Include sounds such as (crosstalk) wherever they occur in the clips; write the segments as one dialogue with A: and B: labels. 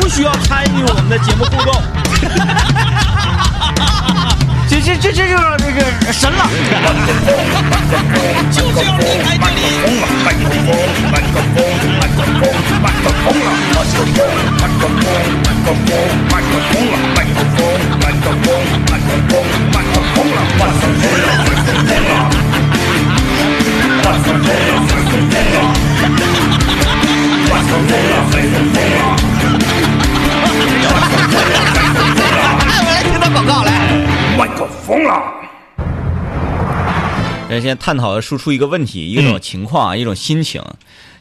A: 不需要参与我们的节目互 (laughs) 动。
B: 这这这这就是这个神了。
A: 就是要离开这里。
B: 哎，我来听段广告来。
C: 麦克风了。
A: 咱现在探讨的输出一个问题，一种情况啊，一种心情，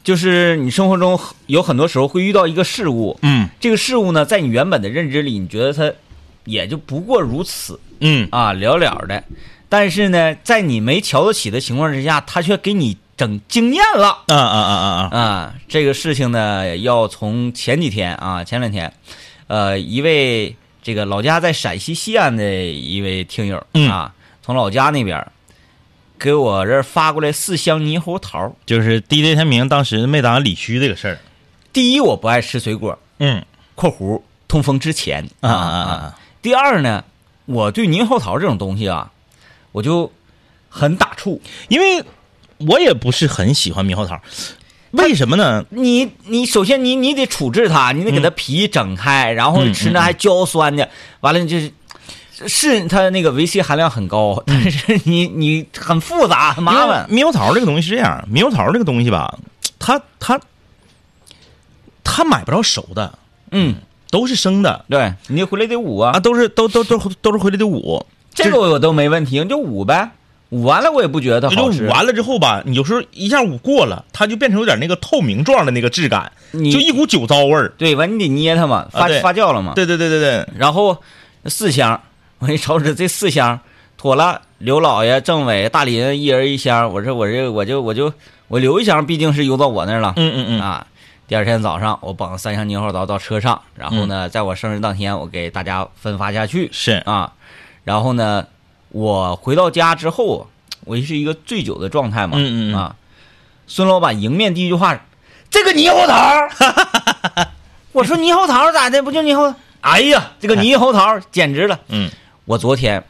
A: 就是你生活中有很多时候会遇到一个事物，
D: 嗯
A: 这个事物呢，在你原本的认知里，你觉得它也就不过如此
D: 嗯，
A: 啊，了了的。但是呢，在你没瞧得起的情况之下，它却给你整惊艳了。
D: 啊啊啊啊
A: (laughs)
D: 啊，
A: 啊，这个事情呢，要从前几天啊，前两天，呃，一位这个老家在陕西西安的一位听友、
D: 嗯
A: 啊，从老家那边儿给我这儿发过来四箱猕猴桃。
D: 就是 DJ 天明当时没答理虚这个事儿。
A: 第一，我不爱吃水果
D: 嗯
A: （括弧痛风之前）
D: 啊啊啊啊！
A: 第二呢，我对猕猴桃这种东西啊，我就很打怵。
D: 因为我也不是很喜欢猕猴桃，为什么呢？
A: 你你首先你你得处置它，你得给它皮整开，然后
D: 嗯
A: 吃那还焦酸的，完了就是是它那个维 C 含量很高，但是你你很复杂很麻烦。
D: 嗯因为猕猴桃这个东西是这样，猕猴桃这个东西吧，它它它买不着熟的，
A: 嗯，
D: 都是生的
A: 对你回来得捂啊
D: 啊，，都是都都都都是回来的捂。
A: 这个我都没问题，你就捂呗，捂完了我也不觉得
D: 这就
A: 好
D: 捂啊
A: 吃。
D: 完了之后吧，你有时候一下捂过了，它就变成有点那个透明状的那个质感，
A: 你
D: 就一股酒糟味儿。
A: 对完你得捏它嘛，发
D: 啊对
A: 发酵了嘛。
D: 对对对对对，
A: 然后四箱，我一瞅瞅这四箱，妥了。刘老爷、政委、大林一人一箱，我说我这我就我就我留一箱，毕竟是邮到我那儿了。
D: 嗯嗯嗯，
A: 啊。第二天早上，我绑三箱猕猴桃到车上，然后
D: 嗯
A: 呢，在我生日当天，我给大家分发下去
D: 是
A: 啊。然后呢，我回到家之后，我是一个醉酒的状态嘛，
D: 嗯嗯嗯
A: 啊。孙老板迎面第一句话：“这个猕猴桃儿。” (laughs) 我说：“猕猴桃儿咋的？不就猕猴？”哎呀，这个猕猴桃儿简直了！
D: (laughs) 嗯
A: 我昨天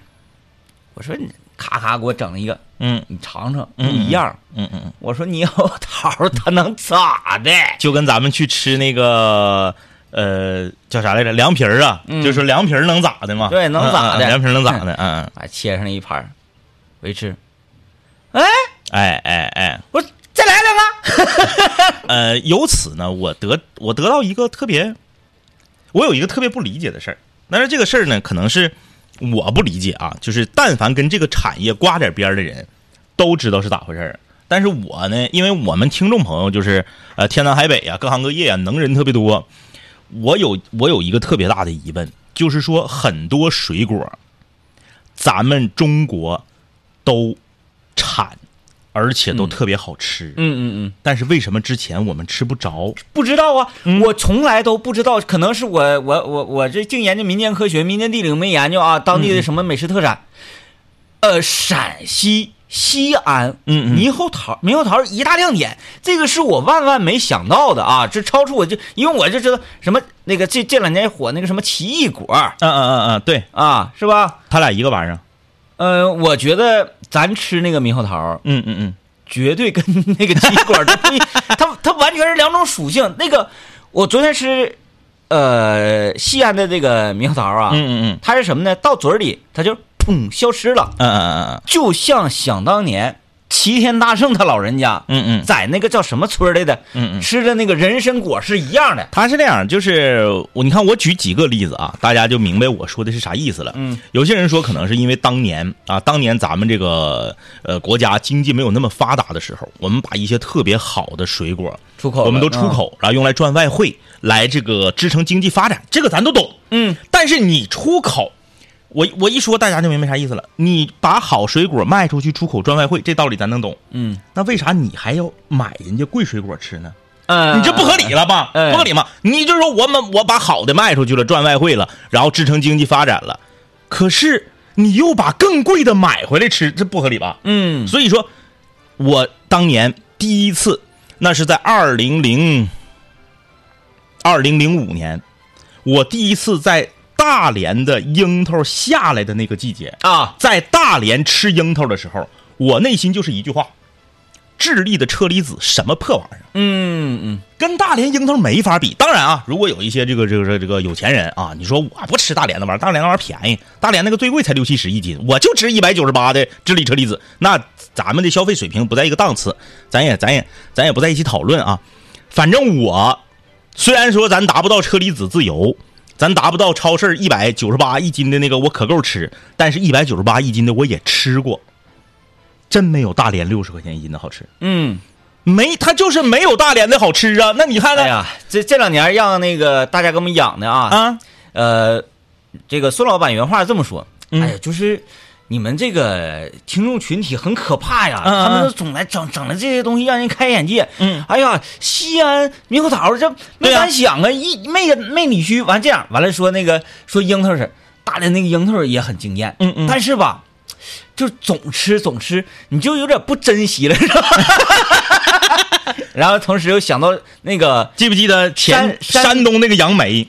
A: 我说你咔咔给我整一个，
D: 嗯
A: 你尝尝不
D: 嗯嗯
A: 一样。
D: 嗯嗯嗯，
A: 我说猕猴桃儿它能咋的？
D: 就跟咱们去吃那个呃叫啥来着凉皮儿啊，
A: 嗯
D: 就说凉皮儿能咋的嘛？
A: 对能咋的
D: 嗯嗯嗯凉皮儿能
A: (laughs)
D: 咋的？嗯嗯，
A: 啊，切上了一盘儿，我一吃，哎，
D: 哎哎哎，
A: 我说再来两个。
D: 呃，由此呢，我得我得到一个特别，我有一个特别不理解的事儿，但是这个事儿呢，可能是我不理解啊，就是但凡跟这个产业挂点边儿的人，都知道是咋回事儿。但是我呢，因为我们听众朋友就是呃天南海北啊，各行各业啊，能人特别多，我有我有一个特别大的疑问，就是说很多水果，咱们中国都产，而且都特别好吃，
A: 嗯嗯嗯，
D: 但是为什么之前我们吃不着？
A: 不知道啊，
D: 嗯
A: 我从来都不知道，可能是我我我我这净研究民间科学、民间地理没研究啊，当地的什么美食特产，呃，陕西。西安，
D: 嗯嗯
A: 猕猴桃，猕猴桃一大亮点，这个是我万万没想到的啊！这超出我就，因为我就知道什么那个这这两年火那个什么奇异果儿
D: 嗯嗯嗯嗯，对
A: 啊，是吧？
D: 他俩一个玩意儿。
A: 呃，我觉得咱吃那个猕猴桃儿，
D: 嗯嗯嗯，
A: 绝对跟那个奇异果儿它不一， (laughs) 它它完全是两种属性。那个我昨天吃，呃，西安的这个猕猴桃啊，
D: 嗯嗯嗯
A: 它是什么呢？到嘴里它就砰消失了，
D: 嗯嗯嗯
A: 就像想当年齐天大圣他老人家
D: 嗯嗯嗯
A: 在那个叫什么村儿来的，
D: 嗯嗯，
A: 吃的那个人参果是一样的。
D: 他是这样，就是我你看我举几个例子啊，大家就明白我说的是啥意思了。
A: 嗯，
D: 有些人说可能是因为当年啊，当年咱们这个呃国家经济没有那么发达的时候，我们把一些特别好的水果
A: 出口了嗯
D: 我们都出口，然后用来赚外汇，来这个支撑经济发展，这个咱都懂。
A: 嗯，
D: 但是你出口，我我一说大家就明白啥意思了。你把好水果卖出去，出口赚外汇，这道理咱能懂。
A: 嗯，
D: 那为啥你还要买人家贵水果吃呢？
A: 呃，
D: 嗯你这不合理了吧？
A: 哎
D: 不合理嘛？你就说我们我把好的卖出去了，赚外汇了，然后支撑经济发展了，可是你又把更贵的买回来吃，这不合理吧？
A: 嗯
D: 所以说，我当年第一次，那是在二零零二零零五年，我第一次在大连的樱桃下来的那个季节，
A: 啊，
D: 在大连吃樱桃的时候，我内心就是一句话：智利的车厘子什么破玩意儿，
A: 嗯嗯
D: 跟大连樱桃没法比。当然啊，如果有一些这个这个这个这个有钱人啊，你说我不吃大连的玩意儿，大连那玩意儿便宜，大连那个最贵才六七十一斤，我就吃一百九十八的智利车厘子，那咱们的消费水平不在一个档次，咱也咱也咱也不在一起讨论啊。反正我虽然说咱达不到车厘子自由，咱达不到超市一百九十八一斤的那个我可够吃，但是一百九十八一斤的我也吃过，真没有大连六十块钱一斤的好吃。
A: 嗯。
D: 没，它就是没有大连的好吃啊！那你看看，
A: 哎呀，这这两年让那个大家给我们养的啊，
D: 啊，
A: 呃，这个孙老板原话这么说，
D: 嗯
A: 哎呀，就是你们这个听众群体很可怕呀，
D: 嗯嗯
A: 他们都总来整整的这些东西让人开眼界。
D: 嗯，
A: 哎呀，西安猕猴桃这没
D: 对啊
A: 敢想啊，一没没理区，完这样完了说那个说樱桃是大连那个樱桃也很惊艳，
D: 嗯嗯
A: 但是吧。就总吃总吃，你就有点不珍惜了，是吧？
D: (laughs)
A: 然后同时又想到那个
D: 记不记得前
A: 山山
D: 山东那个杨梅，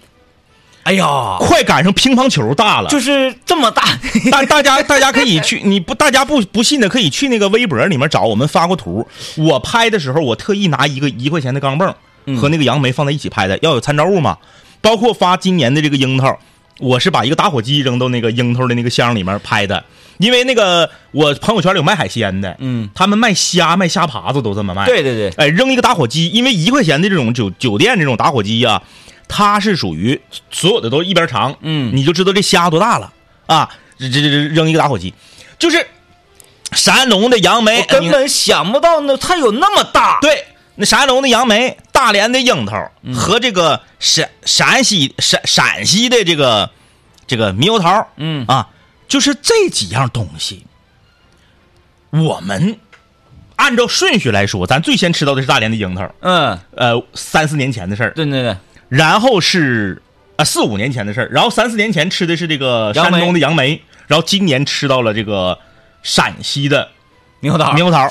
A: 哎呀，
D: 快赶上乒乓球大了。
A: 就是这么
D: (laughs)
A: 大，
D: 大大家大家可
A: (laughs)
D: 以去，你不大家不不信的可以去那个微博里面找，我们发过图。我拍的时候，我特意拿一个一块钱的钢镚
A: 嗯
D: 儿和那个杨梅放在一起拍的，要有参照物嘛。包括发今年的这个樱桃，我是把一个打火机扔到那个樱桃的那个箱里面拍的，因为那个我朋友圈里有卖海鲜的，
A: 嗯，
D: 他们卖虾、卖虾爬子都这么卖。
A: 对对对，
D: 哎，扔一个打火机，因为一块钱的这种酒酒店这种打火机呀、它是属于所有的都一边长，
A: 嗯
D: 你就知道这虾多大了啊！这这这扔一个打火机，就是山东的杨梅，
A: 我哦根
D: 哎你
A: 本想不到那它有那么大。
D: 对那山东的杨梅、大连的樱桃、
A: 嗯
D: 和这个陕陕西陕陕西的这个这个猕猴桃，
A: 嗯
D: 啊，就是这几样东西，我们按照顺序来说，咱最先吃到的是大连的樱桃。
A: 嗯，
D: 呃三四年前的事儿，
A: 对对对，
D: 然后是啊四五年前的事儿，然后三四年前吃的是这个
A: 杨
D: 山
A: 梅
D: 东的杨梅，然后今年吃到了这个陕西的
A: 猕猴桃
D: 猕，猴桃。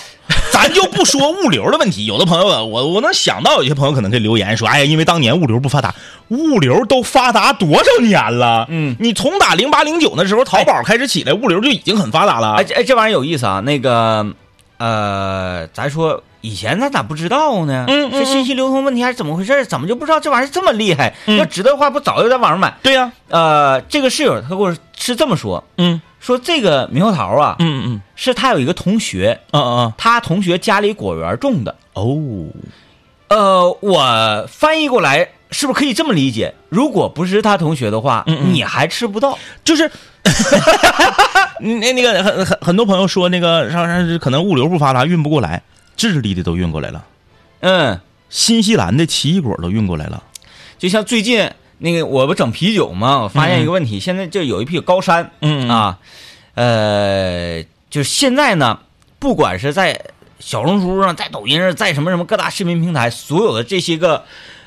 D: 咱就不说物流的问题，有的朋友啊，我我能想到有些朋友可能可以留言说，哎呀，因为当年物流不发达，物流都发达多少年了？
A: 嗯，
D: 你从打零八零九那时候淘宝开始起来，物流就已经很发达了。
A: 哎这哎这玩意儿有意思啊，那个呃，咱说。以前咱咋不知道呢？
D: 嗯嗯
A: 这信息流通问题还是怎么回事？怎么就不知道这玩意儿这么厉害？
D: 嗯
A: 要知道的话，不早就在网上买。
D: 对呀、
A: 呃，这个室友他跟我是这么说，
D: 嗯
A: 说这个猕猴桃啊，
D: 嗯嗯
A: 是他有一个同学，
D: 嗯嗯
A: 他同学家里果园种的，
D: 哦，
A: 呃，我翻译过来是不是可以这么理解？如果不是他同学的话，
D: 嗯嗯
A: 你还吃不到。
D: 就是 (laughs) 那那个很很很多朋友说那个上上可能物流不发达运不过来，智利的都运过来了，
A: 嗯，
D: 新西兰的奇异果都运过来了。
A: 就像最近那个我不整啤酒嘛，我发现一个问题，现在就有一批高山，
D: 嗯啊，
A: 啊，呃，就是现在呢，不管是在小红书上，在抖音上，在什么什么各大视频平台，所有的这些个。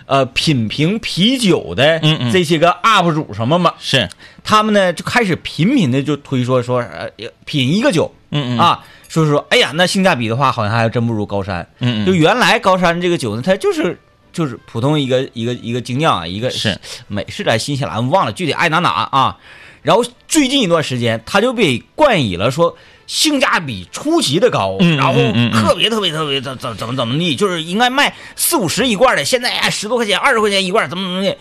A: 呃，品评啤酒的
D: 嗯嗯
A: 这些个 UP 主什么嘛，
D: 是，
A: 他们呢就开始频频的就推说说，呃，品一个酒，
D: 嗯啊，
A: 啊，所以说，哎呀，那性价比的话，好像还真不如高山。
D: 嗯
A: 就
D: 就
A: 原来高山这个酒呢，它就是就是普通一个一个一个精酿啊，一个
D: 是
A: 美式在新西兰忘了具体爱哪哪啊。然后最近一段时间，它就被冠以了说性价比出奇的高，
D: 嗯嗯
A: 然后
D: 嗯嗯
A: 特别特别特别怎怎怎么怎么地，就是应该卖四五十一罐的，现在哎十多块钱、二十块钱一罐，怎么怎么的。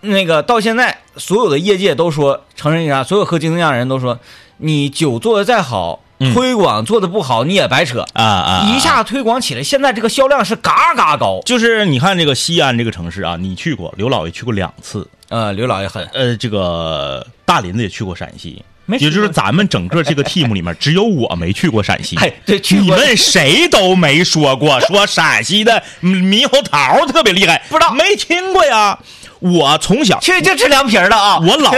A: 那个到现在，所有的业界都说承认一下，所有喝精酿的人都说，你酒做的再好，
D: 嗯
A: 推广做的不好，你也白扯。
D: 啊啊，
A: 一下推广起来，现在这个销量是嘎嘎高。
D: 就是你看这个西安这个城市啊，你去过，刘老爷去过两次，
A: 呃，刘老爷狠，
D: 呃，这个大林子也去过陕西，
A: 没去
D: 也
A: 过
D: 就是咱们整个这个 team 里面，只有我没去过陕西。
A: 哎，对，去
D: 你
A: 过
D: 们谁都没
A: (laughs)
D: 说过，说陕西的猕猴桃特别厉害，
A: 不知道
D: 没听过呀。我从小，
A: 去就吃凉皮儿了啊。
D: 我
A: (laughs)
D: 老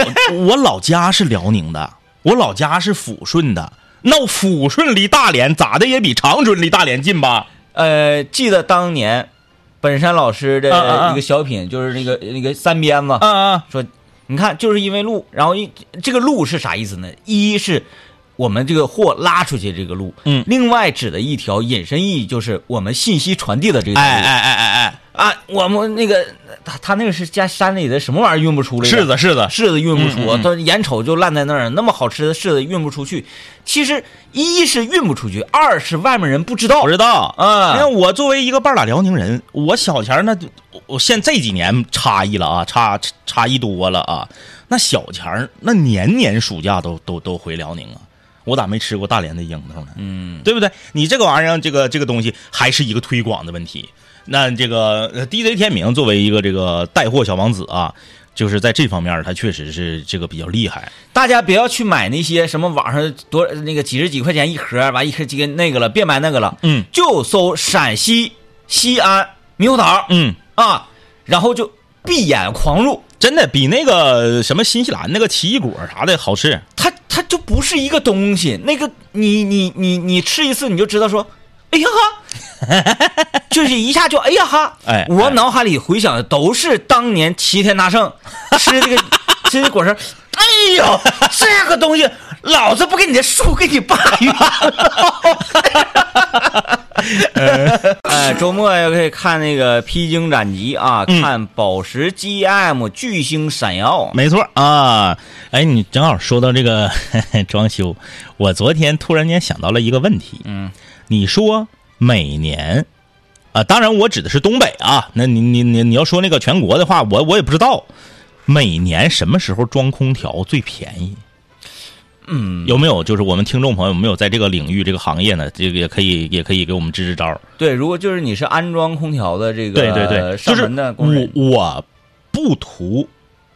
D: 我老家是辽宁的，我老家是抚顺的。那抚顺离大连咋的也比长春离大连近吧？
A: 呃，记得当年本山老师
D: 啊啊啊
A: 的一个小品，就是那个那个三鞭子，
D: 啊啊，
A: 说你看，就是因为路，然后一这个路是啥意思呢？一是我们这个货拉出去这个路，
D: 嗯
A: 另外指的一条引申意义就是我们信息传递的这个路。
D: 哎哎哎哎哎，
A: 啊，我们那个他他那个是家山里的什么玩意儿运不出来？
D: 柿子，柿子，
A: 啊柿子运不出，
D: 嗯嗯嗯
A: 他眼瞅就烂在那儿，那么好吃的柿子运不出去。其实一是运不出去，二是外面人不知道
D: 我。知道
A: 啊
D: 你看我作为一个半拉辽宁人，我小前儿那就我现这几年差异了啊，差差异多了啊。那小前儿那年年暑假都都都回辽宁啊，我咋没吃过大连的樱桃呢？嗯，对不对？你这个玩意儿，这个这个东西还是一个推广的问题。那这个呃 DJ 天明作为一个这个带货小王子啊，就是在这方面儿他确实是这个比较厉害。
A: 大家不要去买那些什么网上多那个几十几块钱一盒，完一盒几个那个了，别买那个了，
D: 嗯
A: 就搜陕西西安猕猴桃，
D: 嗯，
A: 啊，然后就闭眼狂入，
D: 真的比那个什么新西兰那个奇异果啥的好吃。
A: 它它就不是一个东西。那个你你你你吃一次你就知道说，哎呀
D: (laughs)
A: 哈，就是一下就哎呀哈，
D: 哎
A: 我脑海里回想的都是当年齐天大
D: (laughs)
A: 圣吃这个吃这果实，哎呦，这个东西老子不给你的树给你拔圆
D: (laughs)
A: 了。哎， (laughs) 周末也可以看那个披荆斩棘啊，
D: 嗯
A: 看宝石 GM 巨星闪耀。
D: 没错啊，哎，你正好说到这个 (laughs) 装修，我昨天突然间想到了一个问题，嗯，你说每年啊，当然我指的是东北啊，那你你你你要说那个全国的话，我我也不知道每年什么时候装空调最便宜。嗯，有没有就是我们听众朋友有没有在这个领域这个行业呢？这个也可以也可以给我们支支招儿。
A: 对，如果就是你是安装空调的这个
D: 对对对，就
A: 上
D: 是
A: 门的工人，
D: 我我不图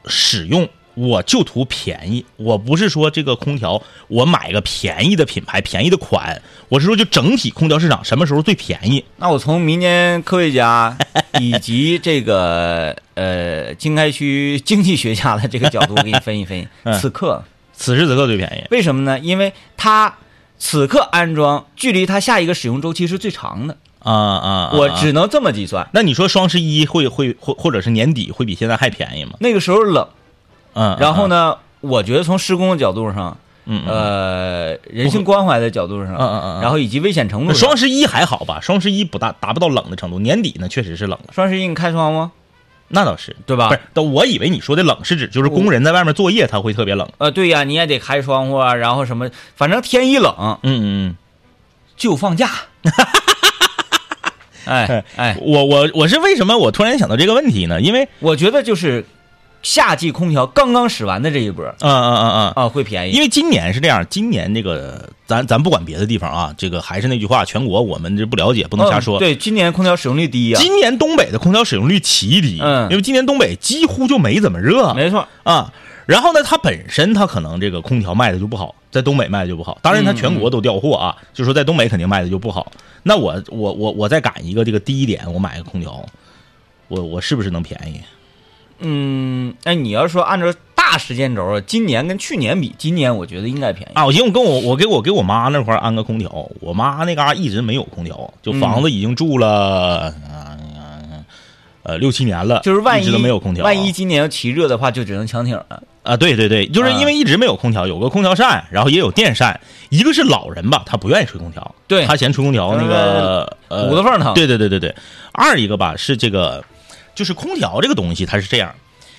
D: 使用，我就图便宜。我不是说这个空调我买个便宜的品牌、便宜的款，我是说就整体空调市场什么时候最便宜？
A: 那我从民间科学
D: (laughs)
A: 家以及这个呃经开区 (laughs) 经济学家的这个角度给你分析分析。
D: (laughs) 嗯
A: 此刻
D: 此时此刻最便宜。
A: 为什么呢？因为它此刻安装距离它下一个使用周期是最长的，
D: 啊啊！啊
A: 我
D: 啊
A: 只能这么计算。
D: 那你说双十一会会或或者是年底会比现在还便宜吗？
A: 那个时候冷，
D: 嗯，
A: 然后？呢，我觉得从施工的角度上，
D: 嗯，嗯
A: 呃，人性关怀的角度上，
D: 嗯嗯嗯嗯
A: 然后以及危险程度
D: 那
A: 上
D: 双，十一还好吧？双十一不大达不到冷的程度，年底呢确实是冷了，
A: 双十一你开窗吗？
D: 那倒是
A: 对吧
D: 不是，但我以为你说的冷是指就是工人在外面作业他会特别冷。
A: 呃，对呀、你也得开窗户啊，然后什么，反正天一冷
D: 嗯嗯嗯。
A: 就放假。 (laughs) 哎哎，
D: 我我我是为什么我突然想到这个问题呢？因为，
A: 我觉得就是夏季空调刚刚使完的这一波
D: 嗯嗯嗯嗯，
A: 啊，会便宜，
D: 因为今年是这样，今年这个咱咱不管别的地方啊，这个还是那句话，全国我们这不了解，不能瞎说。
A: 嗯对，今年空调使用率低呀、
D: 今年东北的空调使用率奇低，
A: 嗯
D: 因为今年东北几乎就没怎么热，
A: 没错，
D: 啊。然后呢，它本身它可能这个空调卖的就不好，在东北卖的就不好。当然，它全
A: 嗯
D: 国都调货啊，就说在东北肯定卖的就不好。那我我我我再赶一个这个低一点，我买个空调，我我是不是能便宜？
A: 嗯，哎，你要说按照大时间轴啊，今年跟去年比，今年我觉得应该便宜。
D: 啊，我寻思我跟我我给我给我妈那块儿安个空调，我妈那嘎、一直没有空调，就房子已经住了、啊呃六七年了，
A: 就是万
D: 一
A: 一
D: 直都没有空调啊，
A: 万一今年要奇热的话，就只能强挺了。
D: 啊，对对对，就是因为一直没有空调，有个空调扇，然后也有电扇，一个是老人吧，他不愿意吹空调，
A: 对嗯
D: 他嫌吹空调那个呃
A: 骨头缝儿疼
D: 对对对对对，二一个吧是这个，就是空调这个东西它是这样，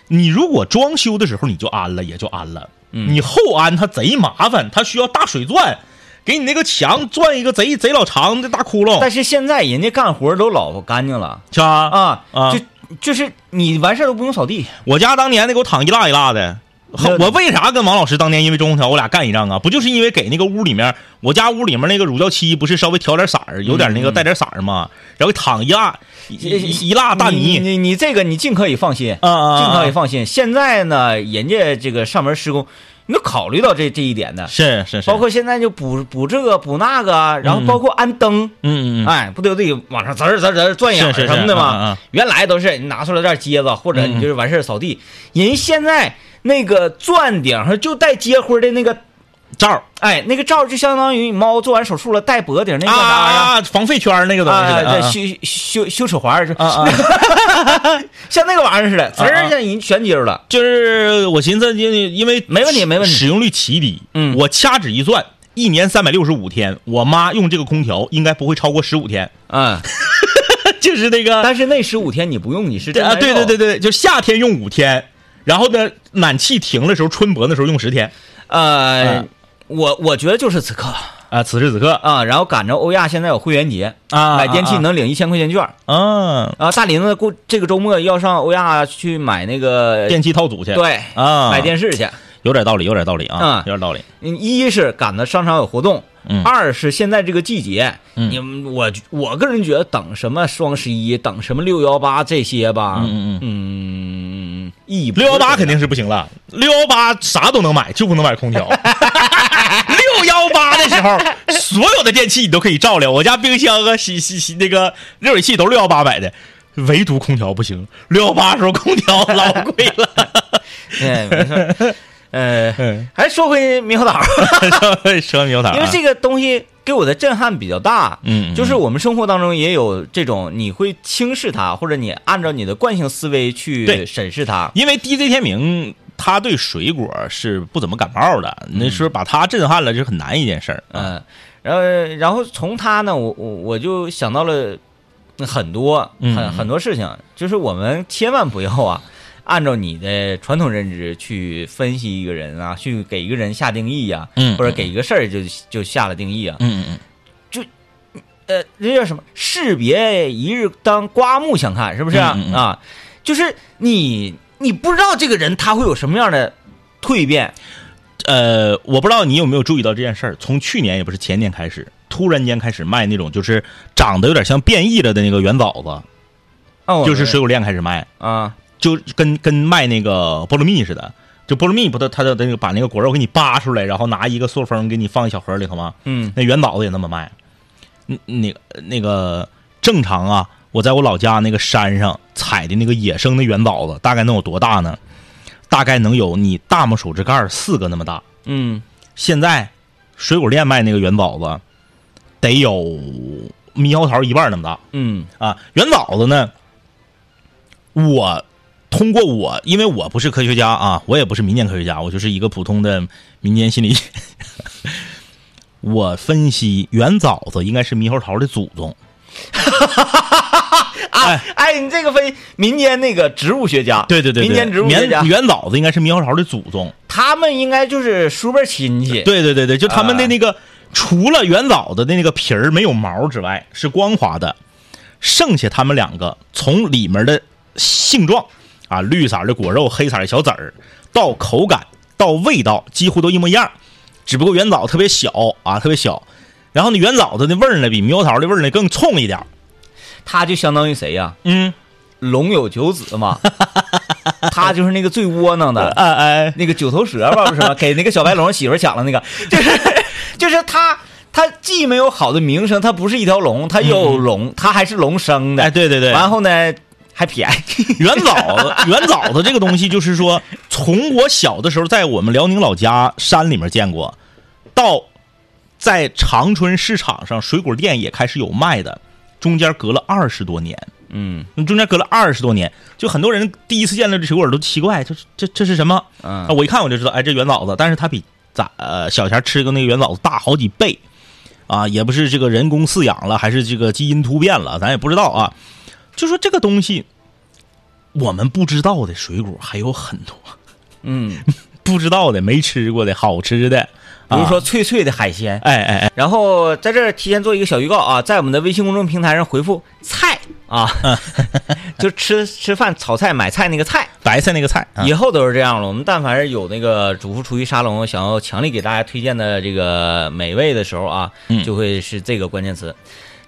D: 你如果装修的时候你就安了也就安了，
A: 嗯
D: 你后安它贼麻烦，它需要大水钻。给你那个墙钻一个贼贼老长的大窟窿，
A: 但是现在人家干活都老干净了
D: 是吧？
A: 啊，
D: 啊
A: 就就是你完事儿都不用扫地。
D: 我家当年那给我躺一落一落的。
A: 那
D: 我为啥跟王老师当年因为中空调我俩干一仗啊？不就是因为给那个屋里面，我家屋里面那个乳胶漆不是稍微调点色儿，有点那
A: 嗯
D: 个带点色儿嘛，然后躺一拉一一一拉大
A: 你
D: 泥
A: 你你这个你尽可以放心，
D: 啊啊
A: 尽可以
D: 啊！
A: 放心。现在呢，人家这个上门施工，你都考虑到这这一点的，
D: 是是是，
A: 包括现在就补补这个补那个啊，然后包括安灯，
D: 嗯嗯嗯，
A: 哎，不都得往上滋儿滋儿滋儿转眼儿
D: 是是是
A: 哎什么的
D: 啊
A: 吗
D: 啊？
A: 原来都是你拿出来点疖子，或者
D: 嗯
A: 你就是完事儿扫地。人现在那个钻顶上就带结灰的那个，
D: 罩儿
A: 哎，那个罩就相当于你猫做完手术了带脖顶那个
D: 啊
A: 啥
D: 啊
A: 呀。
D: 啊防痱圈儿那个东西
A: 啊，
D: 似的
A: 对，
D: 啊
A: 羞羞羞耻环儿，就
D: 啊啊，啊
A: 像那个玩意儿似的，滋
D: 啊
A: 儿
D: 啊
A: 一下人全接住了。
D: (laughs) 就是我寻思，因为因为
A: 没问题没问题
D: 使用率奇低。
A: 嗯
D: 我掐指一算，一啊年三百六十五天，我妈用这个空调应该不会超过十五天。
A: 嗯，
D: 就是那个
A: 但是那十五天你不用，你是
D: 对啊，
A: 真
D: 对
A: 没
D: 对
A: 用
D: 对对，就夏天用五天，然后呢，暖气停的时候，春博的时候用十天
A: 呃
D: 嗯，
A: 我我觉得就是此刻
D: 啊。此时此刻
A: 啊，然后赶着欧亚现在有会员节，
D: 啊，
A: 买电器能领一千块钱券
D: 啊，
A: 啊。大林子过这个周末要上欧亚去买那个
D: 电器套组去，
A: 对
D: 啊，
A: 买电视去。
D: 有点道理，有点道理啊
A: 嗯，
D: 有点道理。
A: 嗯一是赶着商场有活动，
D: 嗯
A: 二是现在这个季节，
D: 嗯
A: 你们我我个人觉得等什么双十一，等什么六幺八这些吧，
D: 嗯嗯
A: 嗯意义不是
D: 六幺八
A: 特别
D: 肯定是不行了，六幺八啥都能买，就不能买
A: (laughs)
D: 空调。六幺八的时候，所有的电器你都可以照料，我家冰箱啊、洗洗洗那个热水器都六幺八买的，唯独空调不行。六幺八时候空调老贵
A: (laughs)
D: 了。
A: 大，对，没错，呃
D: (laughs) 嗯，
A: 还是说回猕猴
D: (laughs)
A: 桃，
D: 蛇猕猴桃啊，
A: 因为这个东西给我的震撼比较大，
D: 嗯嗯
A: 就是我们生活当中也有这种你会轻视它，或者你按照你的惯性思维
D: 对
A: 去审视它，
D: 因为 DJ 天明他对水果是不怎么感冒的，那时候把他震撼了，这是很难一件事儿。啊
A: 嗯，然后然后从他呢，我我我就想到了很多
D: 嗯
A: 很很多事情，就是我们千万不要啊，按照你的传统认知去分析一个人啊，去给一个人下定义呀、
D: 嗯
A: 或者给一个事儿就就下了定义啊，
D: 嗯嗯
A: 呃，那叫什么？士别一日当刮目相看，是不是啊？
D: 嗯嗯嗯
A: 啊就是你你不知道这个人他会有什么样的蜕变，
D: 嗯，呃，我不知道你有没有注意到这件事儿，从去年也不是前年开始，突然间开始卖那种就是长得有点像变异了的那个圆枣子，
A: 啊、我
D: 就是水果店开始卖，
A: 啊，
D: 就跟跟卖那个菠萝蜜似的。就菠萝蜜不都，它的那个把那个果肉给你扒出来，然后拿一个塑封给你放一小盒里头吗？
A: 嗯
D: 那元宝子也那么卖。嗯，那个那个正常啊，我在我老家那个山上采的那个野生的元宝子，大概能有多大呢？大概能有你大拇手指盖儿四个那么大。
A: 嗯，
D: 现在水果店卖那个元宝子，得有猕猴桃一半那么大。
A: 嗯
D: 啊，元宝子呢，我通过我，因为我不是科学家啊，我也不是民间科学家，我就是一个普通的民间心理学。我分析元枣子应该是猕猴桃的祖宗，
A: 啊，哎，你这个分民间那个植物学家，
D: 对对对对，
A: 民间植物学家
D: 元，元枣子应该是猕猴桃的祖宗，
A: 他们应该就是叔辈亲戚，
D: 对对对对，就他们的那个、除了元枣子的那个皮儿没有毛之外是光滑的，剩下他们两个从里面的性状啊，绿色的果肉，黑色的小籽儿，到口感到味道几乎都一模一样，只不过元枣特别小啊，特别小。然后呢，元枣子的味儿呢，比猕猴桃的味儿呢更冲一点儿。
A: 他就相当于谁呀、
D: 嗯，
A: 龙有九子嘛， (laughs) 他就是那个最窝囊的，
D: (laughs) 哎哎，
A: 那个九头蛇吧，不
D: (laughs)
A: 是吗？给那个小白龙媳妇儿抢了那个，就是就是他，他既没有好的名声，他不是一条龙，他又有龙，他还是龙生的，
D: 嗯哎，对对对，
A: 然后呢还便宜，
D: 元枣子，元枣子这个东西，就是说，从我小的时候在我们辽宁老家山里面见过，到在长春市场上水果店也开始有卖的，中间隔了二十多年，
A: 嗯
D: 中间隔了二十多年，就很多人第一次见到这水果都奇怪，这是这这是什么？啊，
A: 嗯
D: 我一看我就知道，哎，这元枣子，但是它比咱呃小前吃的那个元枣子大好几倍，啊，也不是这个人工饲养了，还是这个基因突变了，咱也不知道啊。就说这个东西，我们不知道的水果还有很多，
A: 嗯，
D: 不知道的、没吃过的、好吃的，
A: 比
D: 啊
A: 如说脆脆的海鲜，
D: 哎哎哎，
A: 然后在这儿提前做一个小预告啊，在我们的微信公众平台上回复“菜”
D: (laughs)
A: 啊，就吃吃饭、炒菜、买菜那个菜，
D: 白菜那个菜，啊、
A: 以后都是这样了。我们但凡是有那个主妇厨艺沙龙想要强力给大家推荐的这个美味的时候啊，
D: 嗯
A: 就会是这个关键词，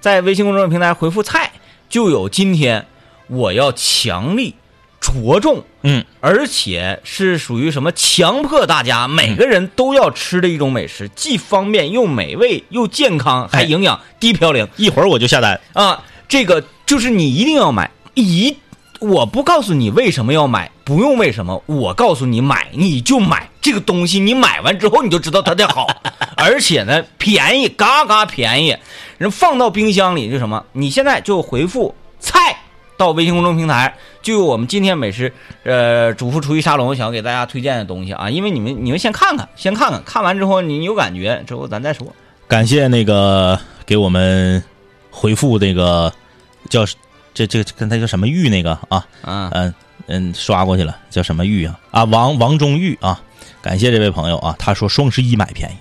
A: 在微信公众平台回复“菜”，就有今天我要强力着重。
D: 嗯，
A: 而且是属于什么强迫大家每个人都要吃的一种美食，既方便又美味又健康，
D: 哎
A: 还营养，低嘌呤
D: 一会儿我就下单。
A: 啊！这个就是你一定要买，一我不告诉你为什么要买，不用为什么，我告诉你买你就买这个东西，你买完之后你就知道它的
D: (laughs)
A: 好，而且呢便宜，嘎嘎便宜，人放到冰箱里就什么，你现在就回复菜。到微信公众平台，就有我们今天美食，呃，主妇厨艺沙龙想要给大家推荐的东西啊，因为你们你们先看看，先看看，看完之后你有感觉之后咱再说。
D: 感谢那个给我们回复那个叫这这跟他叫什么玉那个啊，
A: 啊，
D: 嗯嗯，刷过去了，叫什么玉啊？啊，王王中玉啊，感谢这位朋友啊，他说双十一买便宜，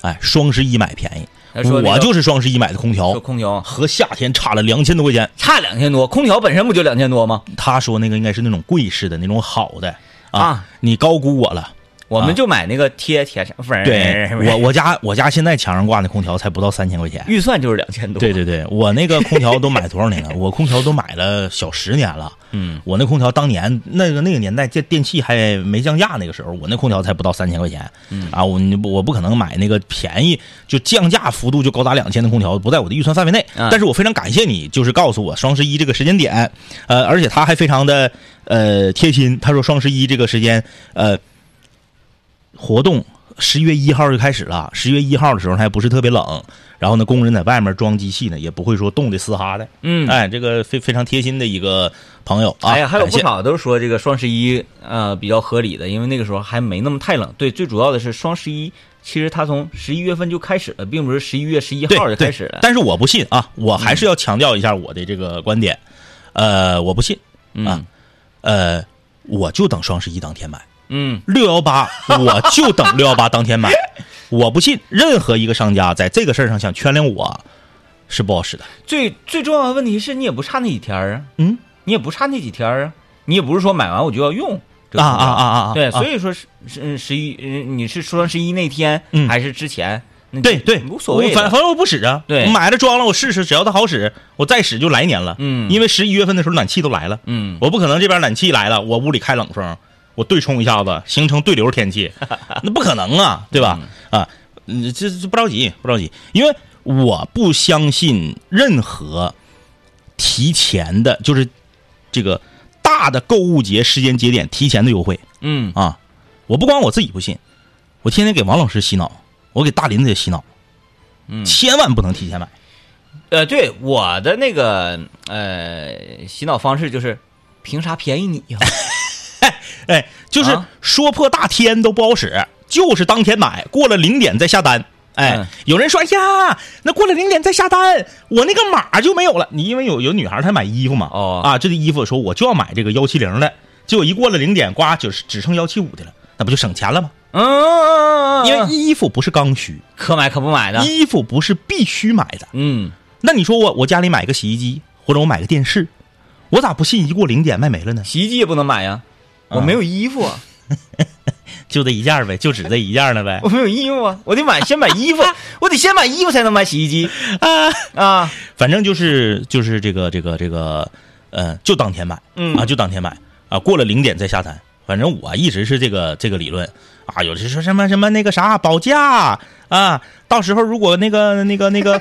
D: 哎，双十一买便宜，
A: 他说那个
D: 我就是双十一买的空
A: 说
D: 调，
A: 空调啊
D: 和夏天差了两千多块钱。
A: 差两千多，空调本身不就两千多吗？
D: 他说那个应该是那种贵式的那种好的
A: 啊
D: 你高估我了。
A: 我
D: 啊
A: 们就买那个贴铁上， (laughs) 不是，
D: 对我我家我家现在墙上挂那空调才不到三千块钱。
A: (laughs) 预算就是两千多。
D: 对对对，我那个空调都买多少年了？我空调都买了小十年了。
A: 嗯，
D: 我那空调当年那个那个年代，这电器还没降价那个时候，我那空调才不到三千块钱。
A: 嗯
D: 啊，我你我不可能买那个便宜就降价幅度就高达两千的空调，不在我的预算范围内。
A: 啊
D: 但是我非常感谢你，就是告诉我双十一这个时间点，呃，而且他还非常的呃贴心，他说双十一这个时间呃活动。十一月一号就开始了，十一月一号的时候还不是特别冷，然后呢，工人在外面装机器呢，也不会说冻得嘶哈的。
A: 嗯
D: 哎，这个非非常贴心的一个朋友啊，
A: 哎呀，还有
D: 感
A: 不
D: 谢
A: 少都说这个双十一呃比较合理的，因为那个时候还没那么太冷。对，最主要的是双十一，其实它从十一月份就开始了，并不是十一月十一
D: 对
A: 号就
D: 对
A: 开始了。
D: 但是我不信啊，我还是要强调一下我的这个观点，呃，我不信，啊
A: 嗯
D: 呃，我就等双十一当天买
A: 嗯，
D: 六幺八，618,
A: (laughs)
D: 我就等六幺八当天买，我不信任何一个商家在这个事儿上想圈领我是不好使的。
A: 最最重要的问题是你也不差那几天儿啊，
D: 嗯，
A: 你也不差那几天儿啊，你也不是说买完我就要用。这个
D: 啊
A: 空调
D: 啊啊啊啊
A: 对，
D: 啊
A: 所以说是是十一，嗯你是双十一那天
D: 嗯
A: 还是之前？那
D: 对对，
A: 无所谓
D: 我反
A: 的。
D: 反正我不使啊，
A: 对
D: 我买了装了，我试试，只要它好使，我再使就来年了。
A: 嗯
D: 因为十一月份的时候暖气都来了，
A: 嗯，
D: 我不可能这边暖气来了，我屋里开冷风，我对冲一
A: (laughs)
D: 下子形成对流天气，那不可能啊，对吧？啊，嗯这这不着急，不着急，因为我不相信任何提前的，就是这个大的购物节时间节点提前的优惠
A: 嗯
D: 啊！我不光我自己不信，我天天给王老师洗脑，我给大林子也洗脑，
A: 嗯
D: 千万不能提前买。
A: 呃，对我的那个呃洗脑方式就是，凭啥便宜你呀？ (laughs)
D: 哎，就是
A: 啊
D: 说破大天都不好使，就是当天买，过了零点再下单。哎，
A: 嗯
D: 有人说，哎呀，那过了零点再下单，我那个码就没有了。你因为有有女孩她买衣服嘛，
A: 哦
D: 啊，这个衣服说我就要买这个幺七零的，结果一过了零点，呱，就是只剩幺七五的了，那不就省钱了吗？
A: 嗯嗯，嗯嗯嗯
D: 因为衣服不是刚需，
A: 可买可不买的，
D: 衣服不是啊必须买的。
A: 嗯，
D: 那你说我我家里买个洗衣机，或者我买个电视，我咋不信一过零点卖没了呢？
A: 洗衣机也不能买呀，
D: 嗯
A: 我没有衣服啊，
D: 就这一件儿呗，就只这一件儿了呗 (laughs)
A: 我。没有衣服啊，我得买，先买衣服，我得先买衣服才能买洗衣机
D: 啊。
A: 啊，
D: 反正就是就是这个这个这个，呃，就当天买，
A: 嗯
D: 啊，就当天买啊，过了零点再下单。反正我啊一直是这个这个理论啊，有的说什么什么那个啥保价啊，到时候如果那个那个那个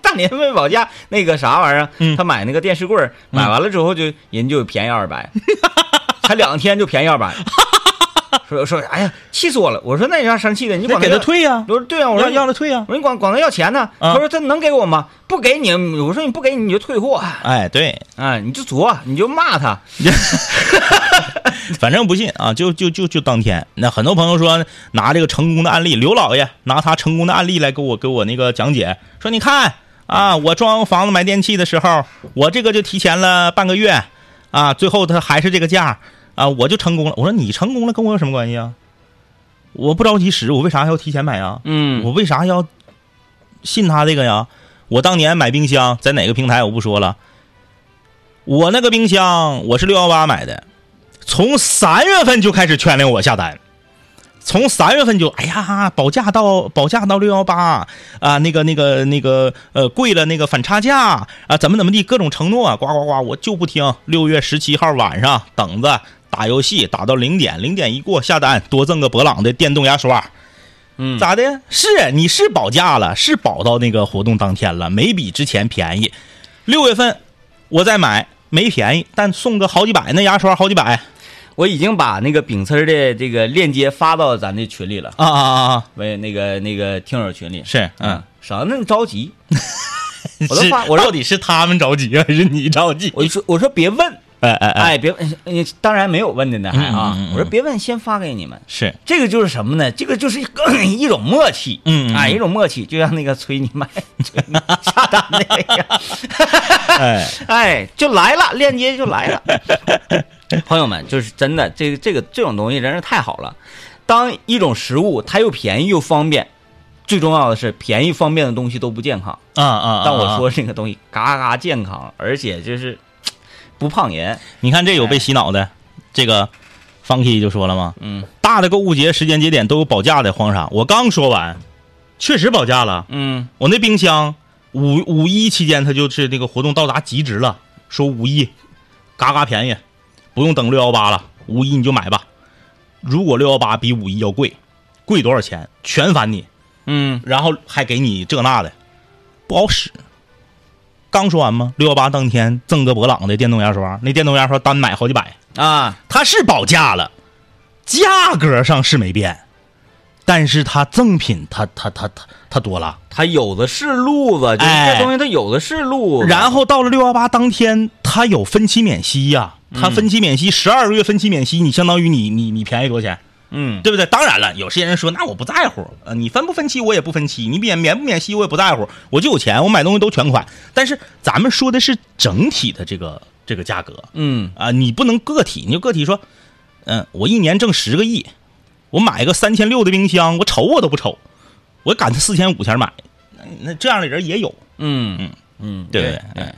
A: 大连问保价那个啥玩意儿，啊
D: 嗯
A: 他买那个电视柜儿，
D: 嗯
A: 买完了之后就人就便宜二百，才两天就便宜二
D: (laughs)
A: 百，说说哎呀气死我了！我说那你让生气的， (laughs) 你就
D: 那
A: 管
D: 给他。退呀、
A: 我说对啊，我
D: 要
A: 说
D: 要他退呀、
A: 我说你管管他要钱呢，
D: 啊
A: 他说他能给我吗？不给你，我说你不给你你就退货，啊
D: 哎，对，
A: 哎，你就作，你就骂他，
D: (laughs) 反正不信啊，就就就就当天。那很多朋友说拿这个成功的案例，刘老爷拿他成功的案例来给我给我那个讲解，说你看啊，我装房子买电器的时候，我这个就提前了半个月啊，最后他还是这个价啊，我就成功了。我说你成功了跟我有什么关系啊？我不着急使，我为啥要提前买啊？
A: 嗯
D: 我为啥要信他这个呀？我当年买冰箱在哪个平台我不说了，我那个冰箱我是六幺八买的，从三月份就开始劝令我下单，从三月份就哎呀保价到保价到六幺八啊，那个那个那个呃贵了那个反差价啊，怎么怎么地各种承诺啊，呱呱呱，我就不听。六月十七号晚上等着打游戏打到零点，零点一过下单多赠个博朗的电动牙刷。
A: 嗯，
D: 咋的？是啊你是保价了，是保到那个活动当天了，没比之前便宜。六月份我再买没便宜，但送个好几百，那牙刷好几百
A: 我已经把那个饼丝儿的这个链接发到咱这群里了，
D: 啊啊啊啊！
A: 喂，那个那个听友群里，
D: 是，嗯
A: 嗯，，少那么着急，
D: 我
A: 我都发我说
D: (laughs) 到底是他们着急还是你着急？
A: 我就说我说别问，
D: 哎哎哎，
A: 哎，别问，呃当然没有问的呢，还啊
D: 嗯嗯嗯嗯，
A: 我说别问，先发给你们。
D: 是，
A: 这个就是什么呢？这个就是一个 (coughs) 一种默契，
D: 嗯嗯嗯
A: 哎，一种默契，就像那个催你买、 (laughs) 催你下单那个，
D: 哎，
A: (laughs) 哎，就来了，链接就来了。 (laughs) 朋友们，就是真的，这个这个这种东西真是太好了。当一种食物它又便宜又方便，最重要的是便宜方便的东西都不健康。
D: 啊啊！啊
A: 但我说，这个东西嘎嘎健康，而且就是不胖人。
D: 你看这有被洗脑的，这个 Funky 就说了嘛，
A: 嗯
D: 大的购物节时间节点都有保价的黄啥？我刚说完，确实保价了。
A: 嗯
D: 我那冰箱五五一期间，它就是那个活动到达极值了，说五一嘎嘎便宜，不用等六幺八了，五一你就买吧。如果六幺八比五一要贵，贵多少钱全返你，
A: 嗯，
D: 然后还给你这那的，不好使。刚说完吗？六幺八当天赠个博朗的电动牙刷，那电动牙刷单买好几百，
A: 啊，
D: 它是保价了，价格上是没变，但是它赠品它它它它它多了。
A: 它有的是路子，就是
D: 哎
A: 这东西它有的是路子。
D: 然后到了六幺八当天，它有分期免息呀、它分期免息十二个月分期免息，你相当于你你你便宜多少钱，
A: 嗯
D: 对不对？当然了，有些人说那我不在乎，呃，你分不分期我也不分期，你免免不免息我也不在乎，我就有钱，我买东西都全款。但是咱们说的是整体的这个这个价格
A: 嗯
D: 啊、你不能个体，你就个体说，嗯、我一年挣十个亿，我买个三千六的冰箱，我瞅我都不瞅，我赶在四千五前买，那那这样的人也有，
A: 嗯嗯，
D: 对不
A: 对
D: 对？哎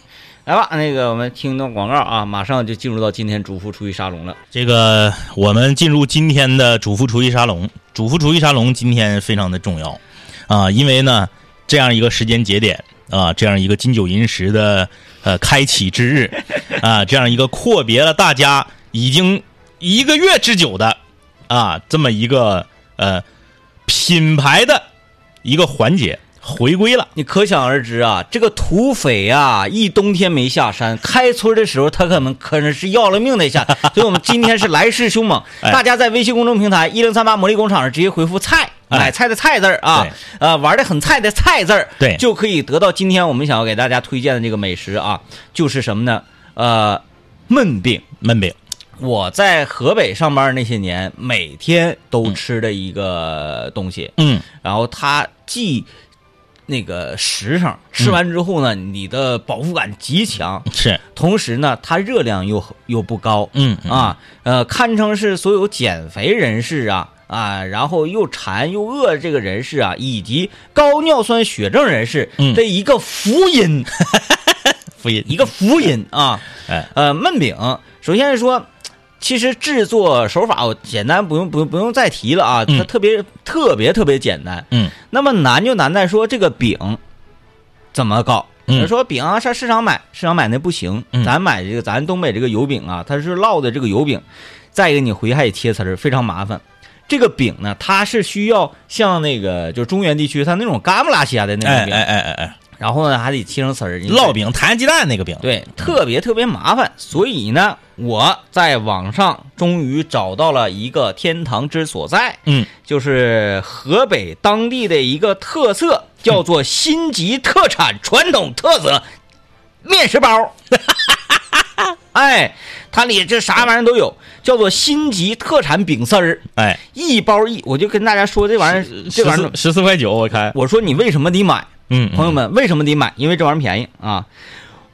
A: 来吧，那个我们听一段广告啊，马上就进入到今天主妇厨艺沙龙了。
D: 这个，我们进入今天的主妇厨艺沙龙。主妇厨艺沙龙今天非常的重要啊，因为呢，这样一个时间节点啊，这样一个金九银十的呃开启之日 (laughs) 啊，这样一个阔别了大家已经一个月之久的啊这么一个呃品牌的一个环节回归了。
A: 你可想而知啊，这个土匪啊，一冬天没下山，开春的时候他可能可能是要了命的下，所以我们今天是来势凶猛。
D: (laughs) 哎
A: 大家在微信公众平台一零三八魔力工厂上直接回复“菜”，
D: 哎
A: 买菜的“菜”字儿啊
D: 对，
A: 呃，玩的很菜的“菜”字儿，
D: 对
A: 就可以得到今天我们想要给大家推荐的这个美食啊，就是什么呢？呃，焖饼。
D: 焖饼，
A: 我在河北上班那些年，每天都吃的一个东西，
D: 嗯，
A: 然后它既那个实
D: 嗯
A: 诚，吃完之后呢，你的饱腹感极强，
D: 是，
A: 同时呢，它热量又又不高，
D: 嗯
A: 啊，呃，堪称是所有减肥人士啊啊，然后又馋又饿这个人士啊，以及高尿酸血症人士
D: 嗯
A: 的一个福
D: (laughs)
A: 音，
D: 福音
A: 一个福音啊。
D: 哎，
A: 呃，焖饼，首先是说，其实制作手法我简单不用不用不用再提了啊，
D: 嗯
A: 它特别、特别特别简单。
D: 嗯
A: 那么难就难在说这个饼怎么搞。
D: 嗯
A: 人说饼啊，上市场买，市场买那不行，
D: 嗯
A: 咱买这个咱东北这个油饼啊，它是烙的这个油饼，再一个你回还得切丝儿，非常麻烦。这个饼呢，它是需要像那个就中原地区它那种嘎不拉稀的那
D: 哎
A: 种饼，
D: 哎哎哎哎，
A: 然后呢还得切成丝儿，你
D: 烙饼，弹鸡蛋那个饼，
A: 对，特别特别麻烦。所以呢，我在网上终于找到了一个天堂之所在，
D: 嗯，
A: 就是河北当地的一个特色，叫做辛集特产传统特色面食
D: (laughs)
A: 包。哎，它里这啥玩意儿都有，叫做辛集特产饼丝儿，
D: 哎，
A: 一包一，我就跟大家说这玩意儿，这玩意儿，
D: 十四块九，我看，
A: 我说你为什么得买？
D: 嗯，
A: 朋友们，为什么得买？因为这玩意儿便宜啊，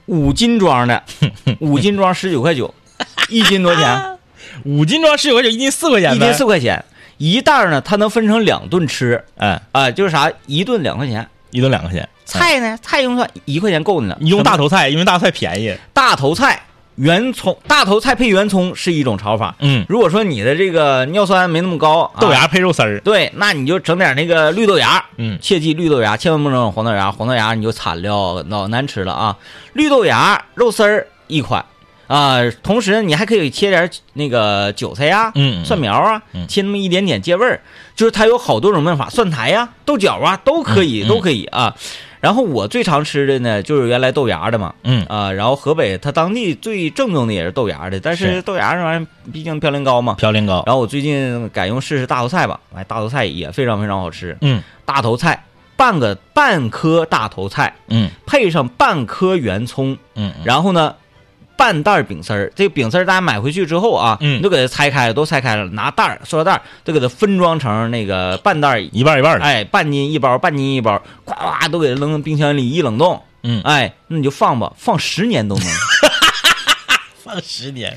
A: 五斤装
D: (laughs)
A: 的，五斤装十九块九，一斤多
D: (laughs)
A: 钱？
D: 五斤装十九块九，一斤四块钱
A: 一斤四，块钱，一袋儿呢，它能分成两顿吃
D: 哎，
A: 啊、就是啥，一顿两块钱。
D: 一顿两块钱。
A: 菜呢，菜用算一块钱够你了。
D: 你用大
A: 什么
D: 头菜，因为大头菜便宜。
A: 大头菜、圆葱，大头菜配圆葱是一种炒法。
D: 嗯，
A: 如果说你的这个尿酸没那么高，啊
D: 豆芽嗯配肉丝儿。
A: 对，那你就整点那个绿豆芽，
D: 嗯
A: 切记绿豆芽，千万不能整黄豆芽，黄豆芽你就惨了，老难吃了啊！绿豆芽、肉丝儿一款啊、同时你还可以切点那个韭菜呀、
D: 嗯嗯
A: 蒜苗啊，
D: 嗯
A: 切那么一点点借味儿，就是它有好多种焖法，蒜苔呀、豆角啊都可以，
D: 嗯嗯
A: 都可以啊。然后我最常吃的呢，就是原来豆芽的嘛，
D: 嗯，
A: 啊、然后河北它当地最正宗的也是豆芽的，但是
D: 是
A: 豆芽这玩意儿毕竟嘌呤高嘛，
D: 嘌呤高。
A: 然后我最近改用试试大头菜吧，哎，大头菜也非常非常好吃。
D: 嗯
A: 大头菜半个半颗大头菜
D: 嗯
A: 配上半颗圆葱，
D: 嗯，
A: 然后呢半袋儿饼丝儿。这个饼丝儿大家买回去之后啊，
D: 嗯
A: 你都给它拆开了，都拆开了，拿袋儿、塑料袋儿都给它分装成那个半袋儿
D: 一半儿一半儿的，
A: 哎，半斤一包，半斤一包，咵咵都给它扔到冰箱里一冷冻。
D: 嗯
A: 哎，那你就放吧，放十年
D: (laughs)
A: 都能。
D: 放十年，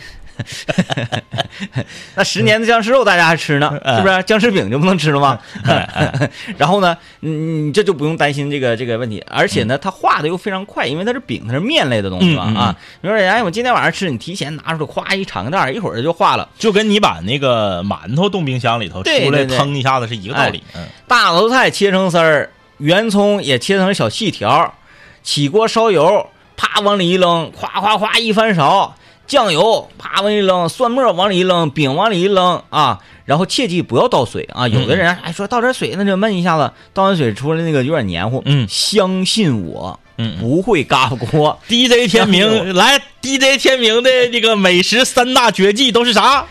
A: 那十年的僵尸肉大家还吃呢，
D: 嗯
A: 是不是？僵尸饼就不能吃了
D: (laughs)
A: 吗？
D: 哎
A: 然后呢，你你这就不用担心这个这个问题，而且呢，它化的又非常快，因为它是饼，它是面类的东西嘛
D: 嗯嗯嗯嗯
A: 啊。你说，哎，我今天晚上吃，你提前拿出来，咵一敞开袋儿，一会儿就化了。
D: 就跟你把那个馒头冻冰箱里头
A: 对
D: 出来
A: 对对哎
D: 腾一下子是一个道理。嗯，
A: 大头菜切成丝儿，圆葱也切成小细条儿，起锅烧油，啪往里一扔，夸夸夸一翻勺，酱油啪往里一扔，蒜末往里一扔，饼往里一扔啊，然后切记不要倒水啊，有的
D: 嗯
A: 人还说倒点水那就焖一下子，倒完水出来那个有点黏糊，
D: 嗯
A: 相信我，
D: 嗯嗯
A: 不会嘎巴锅。
D: (laughs) DJ 天明来，DJ 天明的这个美食三大绝技都是啥？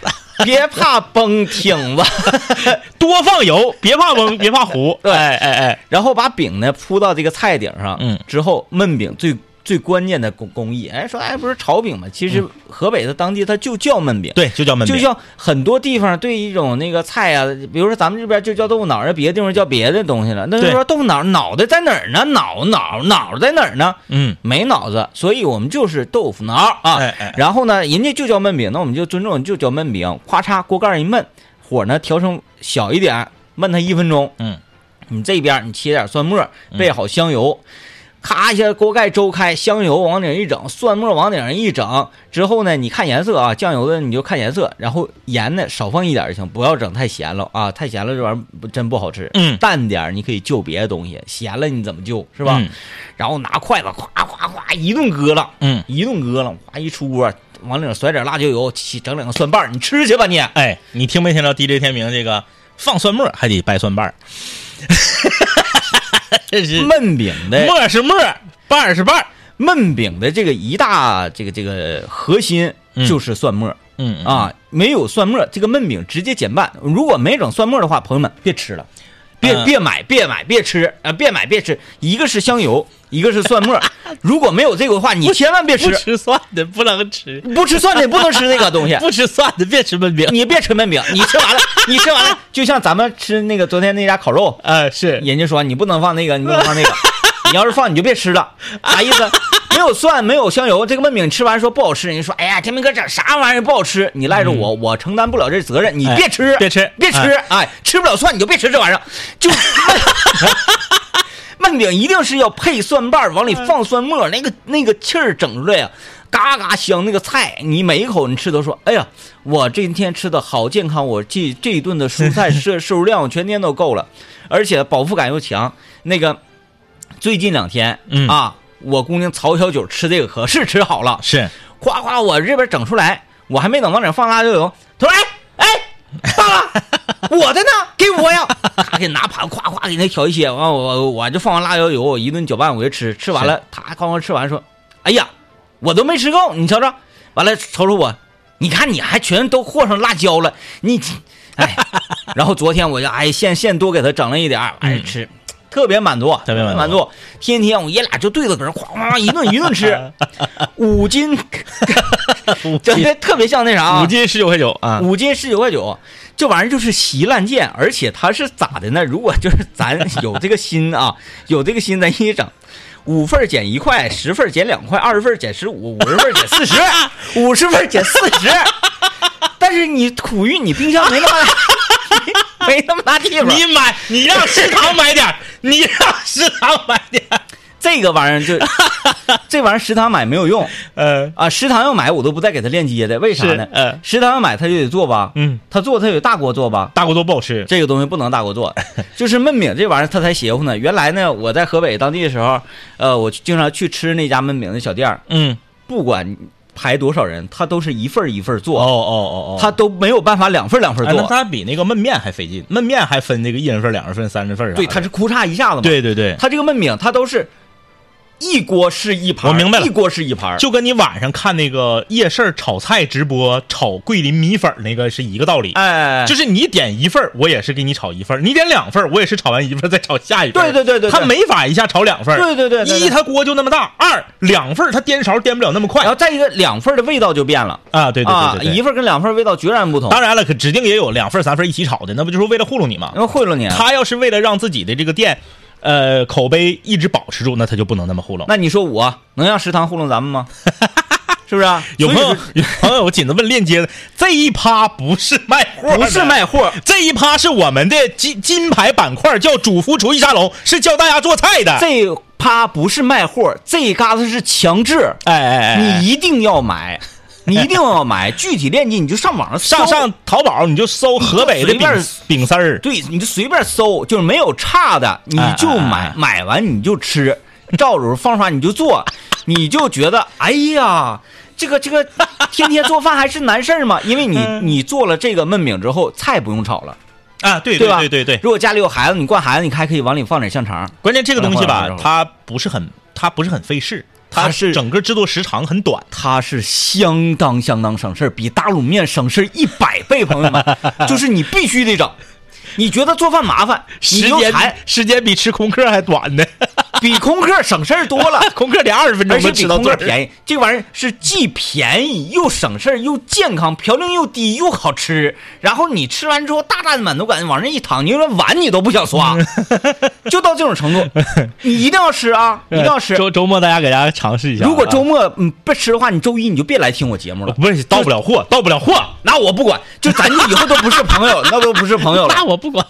A: 别怕崩挺子，
D: 多放油，别怕蒙，别怕糊。
A: 对
D: 哎哎哎，
A: 然后把饼呢铺到这个菜顶上，
D: 嗯
A: 之后焖饼最最关键的工工艺，哎，说哎不是炒饼吗？其实河北的当地它就叫焖饼，
D: 嗯对，就叫焖
A: 就
D: 饼。
A: 像很多地方对一种那个菜啊，比如说咱们这边就叫豆腐脑，人别的地方叫别的东西了。那就
D: 对
A: 说豆腐脑脑袋在哪儿呢？脑脑脑在哪儿呢？
D: 嗯，
A: 没脑子，所以我们就是豆腐脑啊。
D: 哎哎
A: 然后呢，人家就叫焖饼，那我们就尊重，就叫焖饼。咔嚓，锅盖一焖，火呢调成小一点，焖它一分钟。
D: 嗯，
A: 你这边你切点蒜末，
D: 嗯
A: 备好香油，咔一下锅盖周开，香油往顶上一整，蒜末往顶上一整，之后呢，你看颜色啊，酱油的你就看颜色，然后盐呢少放一点就行，不要整太咸了啊，太咸了这玩意儿不真不好吃。
D: 嗯
A: 淡点儿你可以就别的东西，咸了你怎么就，是吧？
D: 嗯
A: 然后拿筷子咵咵咵一顿搁了，
D: 嗯，
A: 一顿搁了，哗一出锅，往里面甩点辣椒油，起整两个蒜瓣儿，你吃去吧你。
D: 哎，你听没听着 DJ 天明这个放蒜末还得掰蒜瓣儿？ (laughs) 这是
A: 焖饼的
D: 末是末，瓣儿是瓣儿。
A: 焖饼的这个一大这个这个核心
D: 嗯
A: 就是蒜末、
D: 嗯，
A: 啊，没有蒜末，这个焖饼直接减半。如果没整蒜末的话，朋友们别吃了，别、
D: 嗯
A: 别买，别买，别吃啊、呃别买，别吃。一个是香油，一个是蒜
D: (laughs)
A: 末。如果没有这个的话，你千万别
D: 不
A: 吃，
D: 吃蒜的不能吃，
A: 不吃
D: (laughs)
A: 蒜的也不能吃那个东西。
D: 不吃蒜的别吃焖饼。
A: 你别吃焖饼，你吃完了，你吃完了，就像咱们吃那个昨天那家烤肉，
D: 啊，是
A: 人家说你不能放那个，你不能放那
D: (laughs)
A: 个，你要是放你就别吃了，啥意思？没有蒜，没有香油，这个焖饼吃完说不好吃，人家说哎呀，天明哥整啥玩意儿不好吃？你赖着我，我承担不了这责任，你
D: 嗯哎
A: 别吃，
D: 别吃
A: 别吃，哎，吃不了蒜你就别吃这玩意儿，
D: (laughs)
A: 就。焖饼一定是要配蒜瓣儿，往里放蒜末儿，那个那个气儿整出来呀、嘎嘎香。那个菜，你每一口你吃都说，哎呀，我这一天吃的好健康，我这这一顿的蔬菜
D: (laughs)
A: 摄摄入量我全天都够了，而且饱腹感又强。那个最近两天、
D: 嗯
A: 啊，我姑娘曹小九吃这个可是吃好了，
D: (laughs) 是，
A: 夸夸我这边整出来，我还没等往哪放辣椒油，他说哎哎，爸爸，我的呢，给我呀，他给拿盘夸夸给那调一些，完我我我就放完辣椒油，我一顿搅拌，我就吃，吃完了他刚刚吃完说，哎呀，我都没吃够，你瞅瞅，完了瞅瞅我，你看你还全都和上辣椒了，你，
D: (laughs)
A: 哎，然后昨天我就哎现现多给他整了一点儿，哎吃。特别满足，
D: 嗯特别满足
A: 满足，天天我爷俩就对着搁这夸夸一顿一顿吃，
D: (laughs)
A: 五斤，真的特别像那啥啊，
D: 五斤十九块九啊，
A: 五斤十九块九，这玩意儿就是稀烂贱，而且它是咋的呢？如果就是咱有这个心啊， (laughs) 有这个心，咱一整。五份儿减一块，十份儿减两块，二十份儿减十五，五十份儿减
D: (laughs)
A: 四十，五十份儿减四十。但是你苦于你冰箱没那么
D: (laughs)
A: 大，没那么大地方。
D: 你买，你让食堂买点儿，你让食堂买点儿。
A: 这个玩意儿
D: (laughs)
A: 就，这玩意儿食堂买没有用
D: 呃，
A: 啊！食堂要买我都不带给他链接的，为啥呢
D: 是？呃
A: 食堂要买他就得做吧，
D: 嗯，
A: 他做他得大锅做吧，
D: 大锅都不好吃。
A: 这个东西不能大锅做， (laughs) 就是焖饼这玩意儿它才邪乎呢。原来呢，我在河北当地的时候，呃，我经常去吃那家焖饼的小店儿，
D: 嗯，
A: 不管排多少人，他都是一份儿一份儿
D: 哦
A: 做，
D: 哦哦哦，
A: 他都没有办法两份儿两份儿
D: 哎那
A: 做。
D: 他比那个焖面还费劲，焖面还分这个一人份、两人份、三人份啥的啊
A: 对，他是哭嚓一下子嘛。
D: 对对对，
A: 他这个焖饼，他都是一锅是一盘儿，
D: 我明白了
A: 一锅是一盘儿，
D: 就跟你晚上看那个夜市炒菜直播炒桂林米粉儿那个是一个道理。
A: 哎，
D: 就是你点一份儿我也是给你炒一份儿你点两份儿我也是炒完一份儿再炒下一份儿
A: 对对对对对
D: 他没法一下炒两份儿
A: 对对对对对
D: 一他锅就那么大，二两份儿他颠勺颠不了那么快
A: 然后再一个两份儿的味道就变了。
D: 啊，对对
A: 啊
D: 对，对
A: 一哦
D: 对。
A: 份儿跟两份儿味道决然不同，
D: 当然了，可指定也有两份儿三份儿一起炒的，那不就是为了糊弄你吗？
A: 然后贿赂你。啊
D: 他要是为了让自己的这个店，呃，口碑一直保持住，那他就不能那么糊弄。
A: 那你说我能让食堂糊弄咱们
D: (laughs)
A: 吗？是不是啊？
D: 有朋
A: 所以
D: 友
A: 说
D: 有朋友紧着问链接的，这一趴不是卖货，
A: 不是，卖货，
D: 这一趴是我们的金金牌板块，叫主妇厨艺沙龙，是教大家做菜的。
A: 这趴不是卖货，这嘎子是强制，
D: 哎哎哎，
A: 你一定要买，你一定要买。具体链接你就上网上搜
D: 上上淘宝你就搜河北的
A: 随
D: 饼
A: 便
D: 饼丝儿，
A: 对，你就随便搜，就是没有差的，你
D: 哎
A: 就
D: 哎
A: 买
D: 哎，
A: 买完你就吃，照着方法你就做，你就觉得哎呀，这个这个天天做饭还是难事儿吗？因为你
D: 嗯
A: 你做了这个焖饼之后，菜不用炒了，
D: 啊，对
A: 吧？
D: 对对对，
A: 如果家里有孩子，你惯孩子，你还可以往里放点香肠。
D: 关键这个东西
A: 等
D: 吧
A: 会儿等，会儿
D: 它不是很它不是很费事，
A: 它是
D: 整个制作时长很短。
A: 它是相当相当省事儿，比打卤面省事儿一百倍，朋
D: (laughs)
A: 友们，就是你必须得整。你觉得做饭麻烦，你
D: 时
A: 就
D: 间
A: 还
D: 时间比吃空客还短
A: (laughs)
D: 呢，
A: 比空客省事儿多
D: (laughs)
A: 了。
D: 空客得二十分
A: 而
D: 钟
A: 且比
D: 能吃到
A: 空客
D: 最
A: 便
D: 宜。
A: 宜，这玩意儿是既便宜又省事儿又健康，嘌呤又低又好吃。然后你吃完之后大大的满足感往那一躺，你就连碗你都不想
D: (laughs)
A: 刷，就到这种程度。你一定要吃
D: (laughs)
A: 啊，一定要吃。
D: 嗯周周末大家给大家尝试一下啊。
A: 如果周末嗯不吃的话，你周一你就别来听我节目了。
D: 不是到不了货，到不了货，
A: 那我不管，就咱就以后都不是朋友，那都不是朋友了
D: 那。我不管。